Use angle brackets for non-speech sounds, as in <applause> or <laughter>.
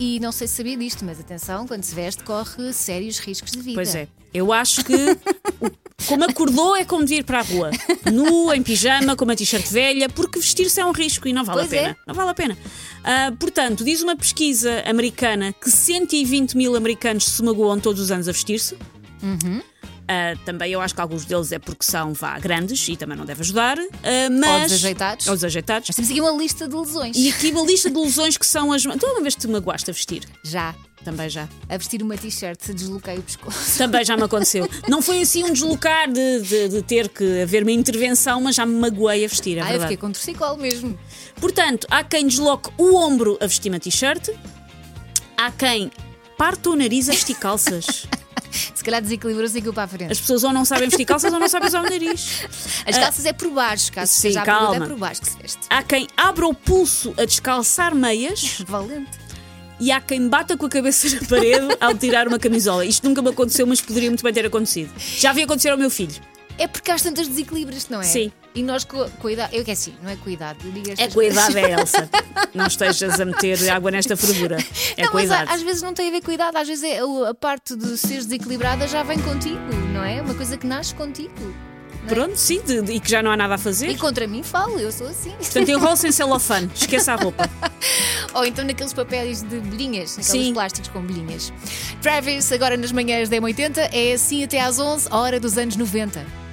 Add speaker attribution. Speaker 1: E não sei se sabia disto, mas atenção, quando se veste, corre sérios riscos de vida.
Speaker 2: Pois é. Eu acho que o- como acordou é como de ir para a rua. Nu, em pijama, com uma t-shirt velha, porque vestir-se é um risco e não vale
Speaker 1: Pois
Speaker 2: a pena.
Speaker 1: é.
Speaker 2: Não vale a pena. Ah, portanto, diz uma pesquisa americana que 120 mil americanos se magoam todos os anos a vestir-se.
Speaker 1: Uhum.
Speaker 2: Ah, também eu acho que alguns deles é porque são vá, grandes e também não deve ajudar. Ah, mas,
Speaker 1: desajeitados.
Speaker 2: Ou desajeitados.
Speaker 1: Nós temos aqui uma lista de lesões.
Speaker 2: E aqui uma lista de lesões que são as. Tu alguma vez te magoaste a vestir?
Speaker 1: Já,
Speaker 2: Também já.
Speaker 1: a vestir uma t-shirt, se desloquei o pescoço.
Speaker 2: Também já me aconteceu. Não foi assim um deslocar de, de- de ter que haver uma intervenção, mas já me magoei a vestir,
Speaker 1: <laughs>
Speaker 2: é
Speaker 1: ah, eu
Speaker 2: verdade.
Speaker 1: fiquei com torcicolo mesmo.
Speaker 2: Portanto, há quem desloque o ombro a vestir uma t-shirt, há quem parte o nariz a vestir calças.
Speaker 1: Se calhar desequilibrou-se aquilo para a frente.
Speaker 2: As pessoas ou não sabem vestir calças ou não sabem usar o nariz.
Speaker 1: As calças é por baixo, caso
Speaker 2: ah, sim,
Speaker 1: seja a pergunta,
Speaker 2: calma.
Speaker 1: é por baixo que se veste.
Speaker 2: Há quem abra o pulso a descalçar meias
Speaker 1: Valente.
Speaker 2: e há quem bata com a cabeça na parede ao tirar uma camisola. Isto nunca me aconteceu, mas poderia muito bem ter acontecido. Já vi acontecer ao meu filho.
Speaker 1: É porque há tantas desequilíbrios, não é?
Speaker 2: Sim.
Speaker 1: E nós com a, com a idade. Eu que é assim, não é com a idade. Eu digo
Speaker 2: É
Speaker 1: estas
Speaker 2: com a
Speaker 1: coisas.
Speaker 2: idade, é, Elsa. Não estejas a meter água nesta fervura. É
Speaker 1: <laughs> não,
Speaker 2: com a
Speaker 1: mas a-
Speaker 2: idade.
Speaker 1: às vezes não tem a ver com a idade, às vezes é a, a parte de ser desequilibrada já vem contigo, não é? Uma coisa que nasce contigo.
Speaker 2: Pronto, sim, de- de- e que já não há nada a
Speaker 1: E
Speaker 2: fazer.
Speaker 1: contra mim falo, eu sou assim.
Speaker 2: Portanto, eu rolo sem celofane, esqueça a roupa.
Speaker 1: Ou então naqueles papéis de bolhinhas, naqueles
Speaker 2: Sim.
Speaker 1: plásticos com bolhinhas. Travis, agora nas manhãs da M80, é assim até às 11, hora dos anos 90.